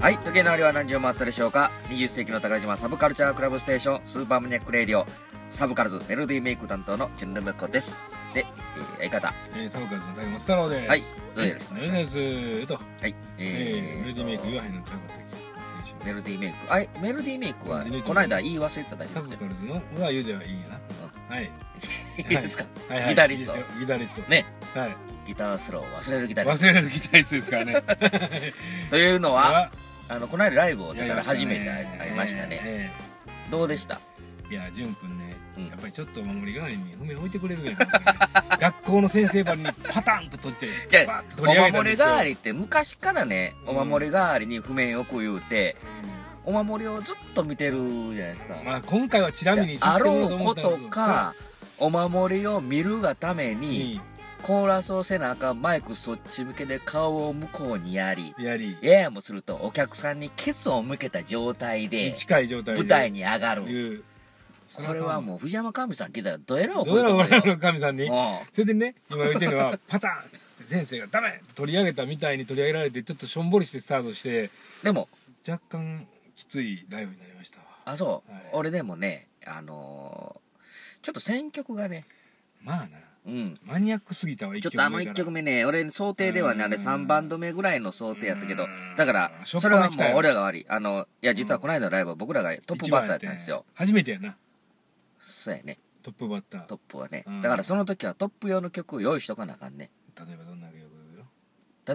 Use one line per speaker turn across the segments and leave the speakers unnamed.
はい時計の針は何時を回ったでしょうか20世紀の宝島サブカルチャークラブステーションスーパーマニアックレディオサブカルズメロディーメイク担当の純ルムコですで、えー相方
えー、サブカルズの竹松太郎です。
はいどうぞよろしくお
お
願いし
願いします。えっと、
はい
えー、メロディメイク言
は
わへんのちゃうかったっけ
メロディーメイクあいメロディーメイクはこの間言い忘れただけ
サ
です
ブ
よ
カルズの裏言うではいいんやな。はい。
いいですか
はいはい。
ギタリスト
いいですよギタリスト。
ね
はい。
ギタースロー忘れるギターです
忘れるギタリストですからね。
というの は
は
あのこの間ライブをだから初めて
や
会いましたね。
え
どうでした
ーいや、淳くんね
うん、
やっぱりちょっと守り代わりに譜面置いてくれるやん。 学校の先生ばりにパタンと取って
じゃ、あ
バーッと
お
取り上げたん
守
で
り
すよ。
代わりって昔からね
う
お
ん
守り代わりに譜面置く言うてお守りをずっと見てるじゃないですか
うんまあ、今回はちなみにさ
あ
せてもら
ろ
お
う
う思
こ
ったんだ
と
けど
かお守りを見るがため
う
に
ん
コーラスをせなあかんマイクそっち向けで顔を向こうにやり
やり
ややもするとお客さんにケツを向けた状態
に
で
近い状態で
舞台に上がる
いう
これはもう藤山神さん聞いたらどえらい
ど
怒
う
る
やら
と思
我
うよ
々の神さんに
うん
それでね今言ってるのは パターンって先生がダメって取り上げたみたいに取り上げられてちょっとしょんぼりしてスタートして
でも
若干きついライブになりましたわ
あそう、
はい
俺でもねあのーちょっと選曲がね
まあな
うん
マニアックすぎたわ一
ちょっ
曲
とあの1曲
目
目ね俺想定ではねあれ
うん
3バンド目ぐらいの想定やったけど
うん
だから
しょっ
そ
ぱ
れ
な
は
来
も
た
う
よ
俺が悪いあのいや実はこの間のライブは僕らがトップバッターやったんですよ
初めてやな
そうやね
トップバッター
トップはね
うん
だからその時はトップ用の曲を用意しとかなあかんね
例えばどんな曲よ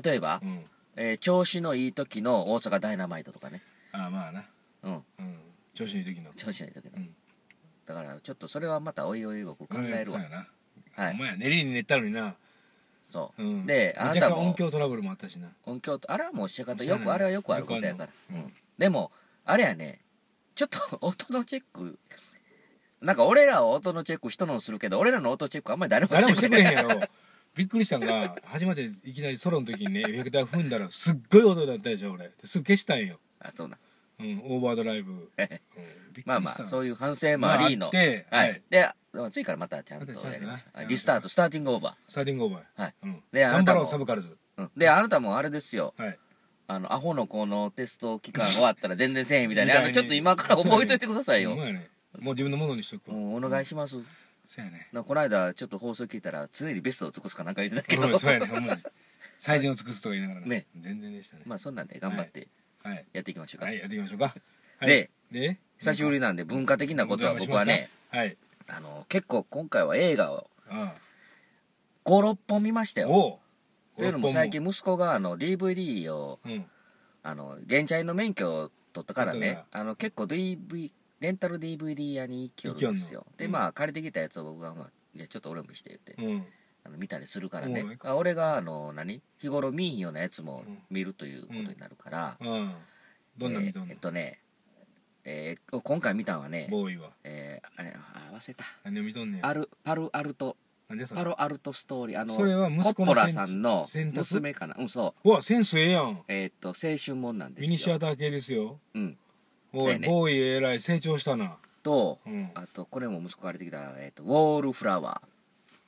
例えば、
うん
えー調子のいい時の大阪ダイナマイトとかね
ああまあな
うん
うん調子いい時の
調子のいい時の、
うん
だからちょっとそれはまたおいおい僕考えるわ
そうやな
は
お
い
前や練りに練ったのにな
そう、
うん
であな
若
た
干
も
音響トラブルもあったしな
音響とあれはもう仕方
知ら
よ
ない
くあれはよくあることやから、
よくあるの
うんでもあれやねちょっと音のチェックなんか俺らは音のチェック人のするけど俺らの音チェックあんまり誰も
誰も
し
してて
く
く
れ
れ
へ
へ
ん
んやろびっくりしたんが初めていきなりソロの時にねエフェクター踏んだらすっごい音だったでしょ俺ですぐ消したんよ、
あそうなん
うん、オーバードライブ、うん、びっくりした
まあまあそうういう反省もありの、
まああって
はい
はい
で次からまたちゃんと
またちゃん
や
とな
りましょう
やりましょう
リスタートスターティングオーバ
スターティングオーバー
はい、
うん、
であな
頑
た
張
も
ろうサブカルズ
ー、うん、であなたもあれですよ
はい
あのアホの子のテスト期間終わったら全然せえへんみたいなあの
み
ち
たい
ょ
に
っと今から覚えといてくださいよ
ほんまやねもう自分のものにしとくわ
もうお願いします、
そうやね
なこの間ちょっと放送聞いたら常にベストを尽くすかなんか言ってたけど
うんそうやねほんまに最善を尽くすとか言いながら
ね
全然でしたね、
まあそんなんで頑張って
はい、
やっていきましょうか、
はい、やっていきましょうか、はい、
で
で
久しぶりなんで文化的なことは僕はね
はい
あの結構今回は映画を
あ
56本見ました
あ
よ
おお
というのも最近息子があの DVD を
うん
あの現地の免許を取ったから
取った
ね
か
あの結構 DV レンタル DVD 屋に行きよるんですよ
行きよんの
で
うん
まあ借りてきたやつを僕が、まあ「いやちょっと俺も見して」言って
うん
あの見たりするから
おもろ
ね
いか
あ俺があの何日頃見んようなやつも
うん
見るということになるから、
うんどんな
え
見
ー
たの、
えっとね、えー今回見たのはね
ボーイは
えー、ああ忘れた
何を見とんねん
アルパルアルト
なんでそれ
パロアルトストーリーあの
それは息
コ
子
ッポ
の
ラ
選
さんの
選択
娘かなうんそう
うわセンスええやん
えーっと青春もんなんです
ミ
よ
ニシアター系ですよ
うん
お
そう
い、
やね
ボーイえらい成長したな
と
うん
あとこれも息子が出てきた、えーっとウォールフラワー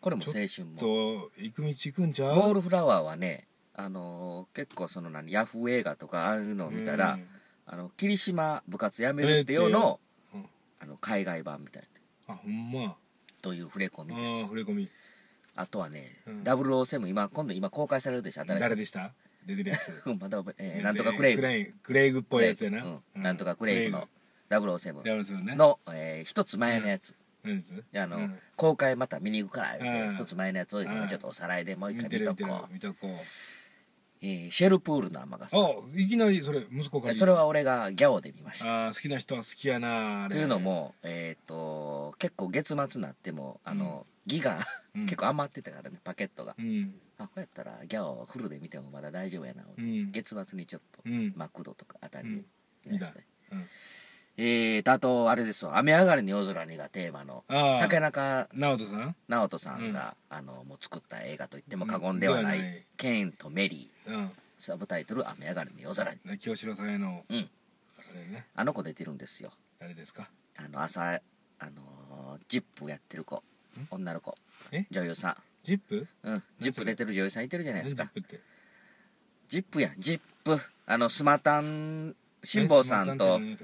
これも青春もん
と行く道行くんちゃ
ウォー
う
ルフラワーはねあのー結構その何ヤフー映画とかああいうのを見たら、
うん
あの霧島部活やめるっていうのを、
えーって
あの海外版みたいな
あほんま
という触れ込
あ
みで
ー
す
触れ込み
あとはね、
うん
007今今度今公開されるでしょ新しい
誰でした出てるやつ
うんまだ、 えーなんとかクレイグ
クレイグクレイグっぽいやつやな、
うんなんとかクレイグの
クレイグ
007
やばそうね
の、えー一つ前のやつ、
何です
あの
うん
公開また見に行くから言うて
うん
一つ前のやつを
う
今
ん
ちょっとおさらいでもう一
見
回
て
見
る
と
見てる
こう、
見とこう
えーシェルプールの尼崎
あいきなりそれ息子から
それは俺がギャオで見ました
あー好きな人は好きやなあれ
というのもえっ、と結構月末になってもあの、ギガ
うん
結構余ってたからねパケットが、
うん
あこうやったらギャオフルで見てもまだ大丈夫やな、
うん
月末にちょっと、
うん
マクドとかあたりに
うん
見ましたね
うん
えーとあとあれですわ「雨上がりに夜空に」がテーマの
ああ
竹中
直人さん
直人さんが、あのもう作った映画と言っても過言ではない「
うんではない
ケーンとメリー
うん」
サブタイトル「雨上がりに夜空に
ね清志郎さんへの」
うん
あれね
あの子出てるんですよ
あれですか
あの朝あのジップやってる子女の子
え
女優さ
ジップ
んうんジップ出てる女優さんいてるじゃないです
ジッ
か
プって
ジップやんジップあのスマタン辛坊さんと
何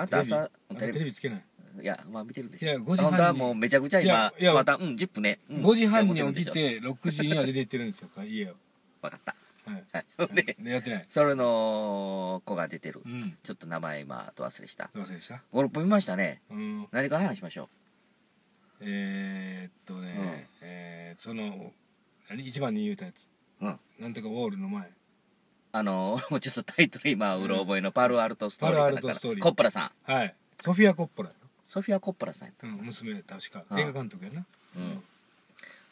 あん
テ
た
レビ
朝
あんた
テレ
テ
ビ
レビつけない
いやまあ見てるで
い
しょ
や5時
本当はもう
半に
めちゃくちゃ
いや
今
いや
スマタンうん10分ね、うん、
5時半に起き
分
て6時には出て行ってるんですよ家を
かった
はい
はいほんで
でやってない
それの子が出てる
うん
ちょっと名前今後忘れした
すいませんでした
56分見ましたね
うん
何から話しましょ
えー、っとね、
うん
えーその何一番に言うたやつ
ううん
なんとかウォールの前
あの俺もちょっとタイトル今うろ覚えのパルアルトストーリー
パルア
か
ル
な
トストーリー
コッパラさん
はいソフィア・コッポラ、
ソフィア・コッパラさんやった
うん、娘確か
うん
映画監督やな
うん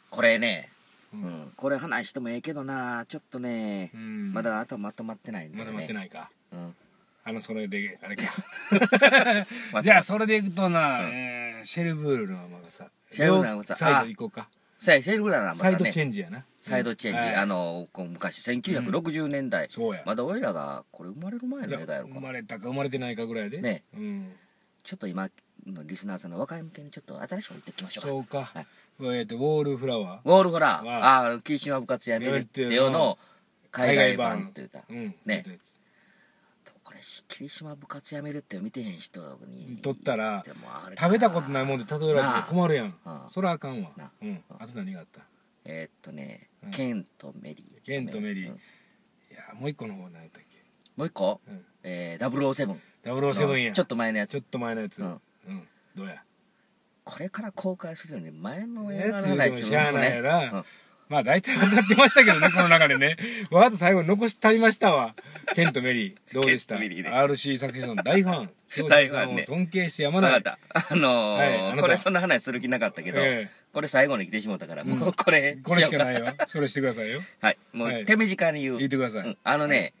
これね、
う
うん
うん
ん、これ話してもええけどなちょっとね、まだ頭まとまってないんだ
ま
よね
だ待ってないか
うん
あのそれ であれか
ま
じゃあ
そ
それでいくとな、
うん
えーシェルブールの甘さ
シェルブールの甘さ
両サイド行こうか
うシェルブラナーも
サ
さ
イド
ね
チェンジやな
サイドチェンジ、
はい
あのこう昔1960年代、
そうや,、
まだ俺らがこれ生まれる前
い
の映画や
や
ろ
生
か
まれたか生まれてないかぐらいで
ね
うん
ちょっと今のリスナーさんの若い向けにちょっと新しく言っていきましょうか
そうか、
はい
えーとウォールフラワ
ウォールホラー、
ま
ああー、キーシマ部活やめるってよの海外版って言うた。
ーうん
ねこれ、霧島部活やめるって見てへん人に。
取ったら
でもあれか
食べたことないもんで例えられて困るやん
なあ
それはあかんわ
な
うんあと何があった
えーっとね
うん、
ケンとメリー。
ケンとメリー
うん
いやもう一個の方何やったっけ
もう一個、
うん
えー、007。
007や
ちょっと前のや
ちょ
つ
っ。と前のやつ
う
うん
ん
どうや
これから公開するのに前の映
や
画
つ
の
で
話
も
す
知
るの
ら
も
ないや
ね。う
なんまあ大体分かってましたけど ねこの中でねわざと最後に残したりましたわケンとメリーどうでした
ケンとメリーね
RC 作品の大ファン
大ファンね
表彰さんを尊敬してやま
わ
な
か
い
った。あのー
はいあなた
これそんな話する気なかったけど、
え
これ最後に来てしまったから、
うん
もうこれ。
え、これしかない いわそれしてくださいよ
はい。も
はいう
手短に言う
言っ。てくださ
う
い
ん、あのね、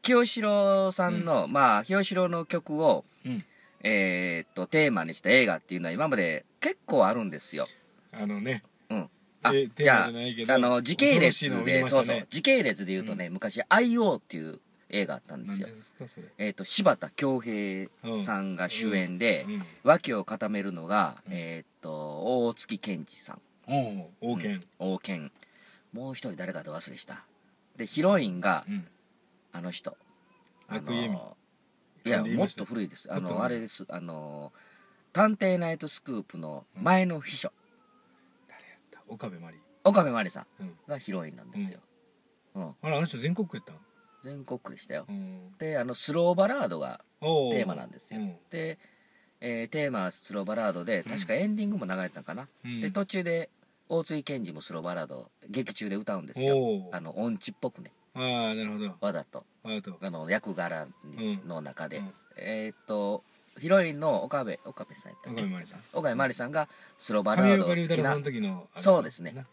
清志郎さんの、まあ清志郎の曲を、
うん
えーっとテーマにした映画っていうのは今まで結構あるんですよ。
あのね
うん、あ
えテ
じ
ーマ
ゃ
じゃないけど
ああの時系列
恐ろしいのを言い
で、
ました
そ
ね
うそう時系列で言うとね、昔「IO」っていう映画あったんで
何
す
で
よ。
すかそれ
えーっと柴田恭平さんが主演で、
うん
脇を固めるのが、
うん
えーっと大月健二さん
おう王権
王健もう一人誰かと忘れしたでヒロインが
うん
あの人あ
アクイエミ
のいや
なんで言い
も
ま
っ
した
と古いですあ
もっと
の
古
あ
い
れですあの「探偵ナイトスクープ」の前の秘書、
誰やった岡部真理
岡部真理さ
うん
んがヒロインなんですよ、うん
あらあの人全国区やったん
全国区でしたよ
うん
であのスローバラードが
おう
テーマなんですよ
うん
で、えーテーマはスローバラードで確かエンディングも流れてたかな、
うん
で途中で大津井健二もスローバラードを劇中で歌うんですよ
おう
あの音痴っぽくね
ああなるほど
わざと
あと
あの役柄に
うん
の中で、
うん
えーっとヒロインの岡部岡部さんやったっ
岡
け
部真理さん
小川真理さんがスロバダ
神
ードを
岡龍
好
太
き
郎さん
な
の、時のあれ
そうですね
な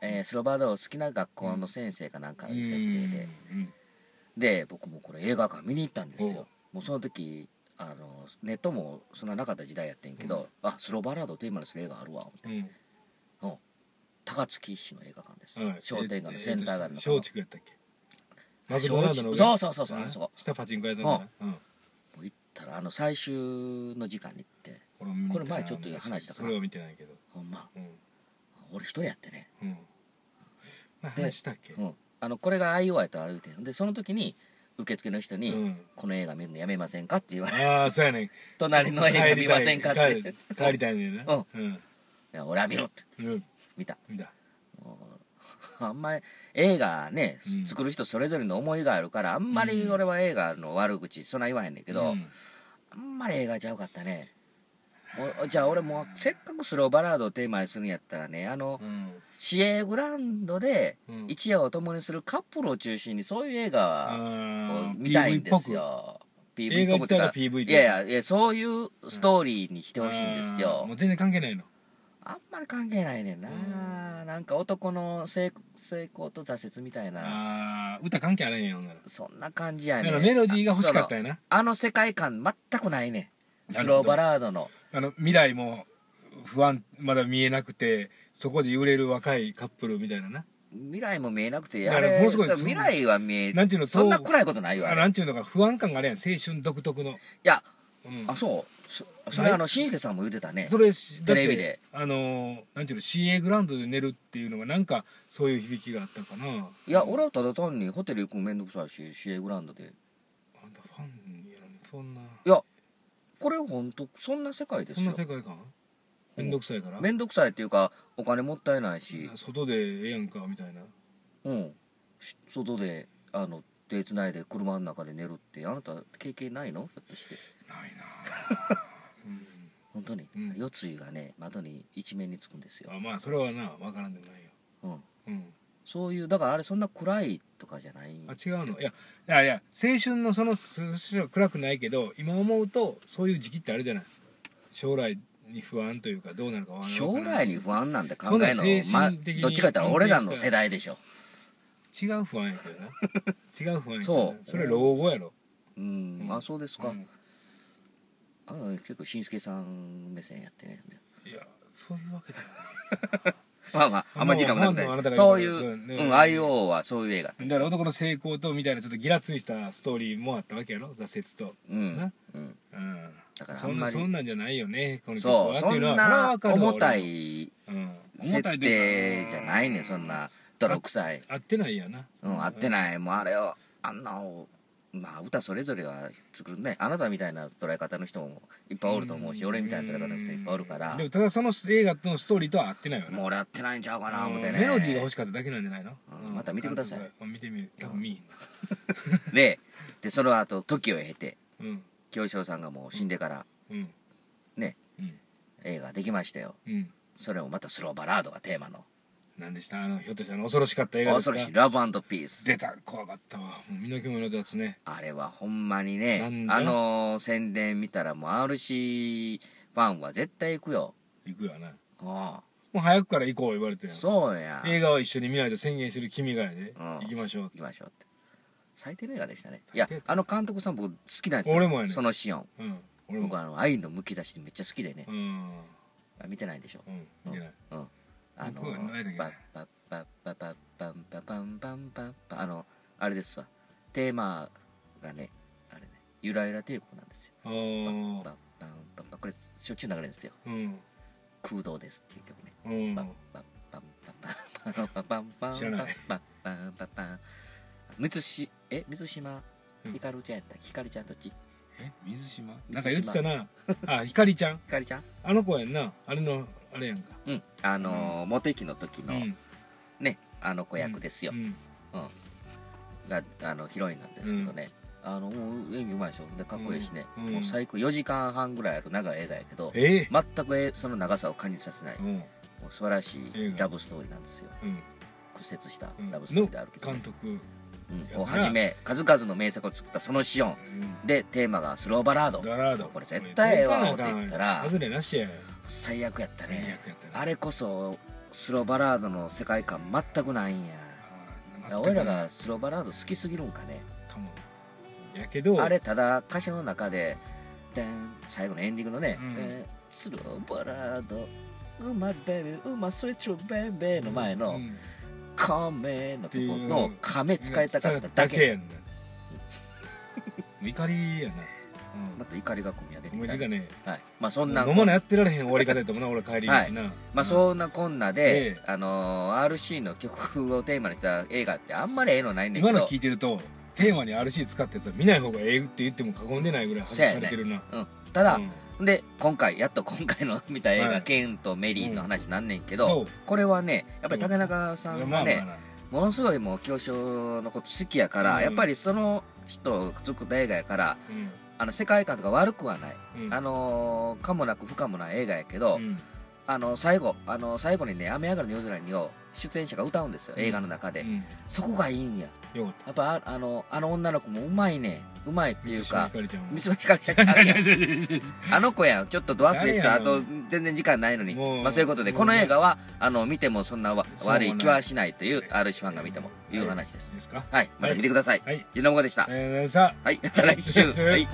えースロバダードを好きな学校の先生かなんかの設定で、
うん
で僕もこれ映画館見に行ったんです
おう
よもうその時あのネットもそんななかった時代やってんけど、あスロバラードテーマのする映画あるわ思って
うん
高槻市の映画館です、
はい
商店街のセンター街の
えっ
中
と
の
松竹やったっけマクドナルドの上
そうそうそうそう
あ
あそこ
下パチンコ屋だなうん
もう行ったらあの最終の時間に行って
俺も見て
これ前ちょっと話したから
それは見てないけど
ほんま
うん
俺一人やってね
うんまあ
で
話したっけ
うん、あのこれが IOI と歩いてるんでその時に受付の人に、
うん
この映画見るのやめませんか?」って言われ
ああそうやねん
「隣の映画見ませんか?」っ
帰
て
りたい帰り帰りたいねんなう
「
ん
いや俺は見ろ」って
うん
見た
だ
もうあんまり映画ね、
うん
作る人それぞれの思いがあるからあんまり俺は映画の悪口そんな言わへんねんけど、
うん
あんまり映画ちゃうかったねおじゃあ俺もうせっかくスローバラードをテーマにするんやったらねあの
うん
市営グランドで
うん
一夜を共にするカップルを中心にそういう映画は
あー
見たいんですよ。
PV 映画自体が
っていう
PV
かいやいやいや、そういうストーリーにしてほしいんです
あー
よ
もう。全然関係ないの
あんまり関係ないねんな。なんか男の成成功と挫折みたいな、
ああ歌関係あらへんよほんなら
そんな感じや
だか
ね
ら
ん。
メロディーが欲しかった
あその
よな
あの世界観全くないねん。
な
ス
るほど
ローバラードの。
あの未来も不安まだ見えなくてそこで揺れる若いカップルみたいなな
未来も見えなくて、
だか
あ
ら
れ、
ものすごい
そう未来は見え
なんていうの
そんな
そう
暗いことないわ。
あ
あれい
なんていうのか不安感があれやん青春独特の、
や、
うん
あ、そう。そそれあの、しんすけさんも言ってたね。
それしだっ
テ
て
レビで
あのーなんていうの CA グラウンドで寝るっていうのがなんかそういう響きがあったかない
いや、俺はただ単にホテル行くのめんどくさいし、市営グランドで
あんたファンやのにそんな
これ本当そんな世界で
そ
す
ん
よ
な世界観めんどくさいから
めんどくさいっていうかお金もったいないし、
外でええやんかみたいな
うん、し外であの手つないで車の中で寝るってあなた経験ないのひょっとして
ないな う
本当に、
うん
夜露がね窓に一面につくんですよ
ん、あまあそれはなわからんでもないよ
うん、
うん
そういうだからあれそんな暗いとかじゃない
あ違うのい やいやいや青春のそのすす暗くないけど今思うとそういう時期ってあるじゃない将来に不安というかどうなるかわからん
将来に不安なんて考
そんな
えるの
精
ま
神的に
どっちかって言ったら俺らの世代でしょ
違う不安やけどな 違う不安やけどな
そう
それ老後やろ
うん、
うん
あそうですか、
うん
あ結構しんすけさん目線やってね
いやそういうわけだ
まあまああんまり時間もな
もうあ
く
な
な
た
い
が
そうい
そううね
うん IO はそういう映画
だから男の成功とみたいなちょっとギラついしたストーリーもあったわけやろ挫折と
うん
な、
うん、
うん
だからあ
そ
ん
ん
ま
な
り
そんなんじゃないよねこの曲
そ
は
う
って
そ
いうんのはこれは
な
わかるわ
重た
俺も
い
うん重
設
たいとい
定
うか
じゃないねそんな泥臭い
合ってないやな
うん合ってないもうあれをあんなをまあ歌それぞれは作るねあなたみたいな捉え方の人もいっぱいおると思うし俺みたいな捉え方の人いっぱいおるから
でもただその映画とのストーリーとは合ってないよね
もう俺合ってないんちゃうかな思ってね
メロディーが欲しかっただけなんじゃないの
うんまた見てください
い見てみる多分見いひんな
ででその後時を経て
うん
清志郎さんがもう死んでから
うん
ね
うん
映画できましたよ
うん
それもまたスローバラードがテーマの
何でしたあのひょっとしたらあの恐ろしかった映画です
恐
か
ろしいラブピース
出た怖かったわもう身の毛もよだつね
あれはほんまに
なん
ね
じゃ
あの宣伝見たらもう RC ファンは絶対行くよ
行くよな
うん
もう早くから行こう言われてん
そうや
映画は一緒に見ないと宣言してる君がやで
うん
行きましょう
行きましょうって最低の映画でしたねい
最
や
低
あの監督さん僕好きなんですよ
俺もやね
そのシオン
うん俺
僕
も
はあの愛のむき出しってめっちゃ好きでね
う、ん
あ見てないでしょ
うん見てない
うんあの
僕はないだけど
パッパッパッパッパッパンパパンパンパンパンあのあれですわテーマがねあれねゆらゆら帝国なんですよ
あ
パ
ー
ッパッパンパンパンこれしょっちゅう流れるんですよ
うん
空洞ですっていう曲ね
うん
パンパンパンパンパンパンパンパンパン
知らない
パンパンパンパン三しえ水島
うん
ひかるちゃんやったひかりちゃんどっちひ
え水島
水島
なんか言ってたなあひかりちゃん
かりちゃん
あの子やんなあれのあれやんか
うんあのーモテ期の時
う
の
ん
ねあの子役ですよ
うん
があのヒロインなんですけどねあのもう演技うまいでしょでかっこいいしね
うん
もう最高4時間半ぐらいある長い映画やけど
え
全くえその長さを感じさせない
うんうん
もう素晴らし
映
い
画
ラブストーリーなんですよ屈折した
うん
ラブストーリーであるけど
監
ね
督
うんをはじめ数々の名作を作ったそのシオンでテーマがスローバラード
ガラード
これ絶対ええわ
これ絶対
思って言ったら
外れなしや
最悪やった
最
ね
悪やったな
あれこそスローバラードの世界観全くないんや
あ
い
ー
や俺らがスローバラード好きすぎるんかね
かもやけど
あれただ歌詞の中ででん最後のエンディングのね
うん
でん「スローバラードうまベイビーうまスイッチベイビー」の前
う
の
ん
「カメ」のとこ
う
の
ん
「カメ」使いたかっただけ
やんなもう怒りやな
また怒りが込み上げ
うんおめ
て
で
き
とね
た、はい、まあそんな
飲まなやってられへん終わり方やと思うな俺帰り道
はい
な
まあそんなこんなで
え、
あのー RC の曲をテーマにした映画ってあんまりええのないねんだ
今
けど
の聞いてるとテーマに RC 使ったやつは見ない方がええって言っても過言でないぐらい外されてるな
うん、ただ
う、ん
で今回やっと今回の見た映画、
はい
ケンとメリーの話なんねんけど、
どう
これはねやっぱり竹中さん
ま
が
あ
ね、
まあな
ものすごいもう清志郎のこと好きやから、
うん
やっぱりその人を作った映画やから
うん
あの世界観とか悪くはない、
うん
あのーかもなく不可もない映画やけど、
うん
あの最後あの最後にね「雨上がりの夜空に」を出演者が歌うんですよ映画の中で、
うん
そこがいいんや
よかった
やっぱああのあの女の子もうまいねうまいっていうか
満島ひかりちゃんは
三島ひかりちゃんちゃうやんあの子やんちょっとド忘れしたあ
誰
と
やの
全然時間ないのに
もう
まあ、そういうことで
もう
この映画はあの見てもそんなわ
そう
悪い気はしないという
ね
RC ファンが見ても
はい
いう話です
ですか
はいまた見てください
はい
ジェノモコでした
えーさ
はいまた来週
は
はい
い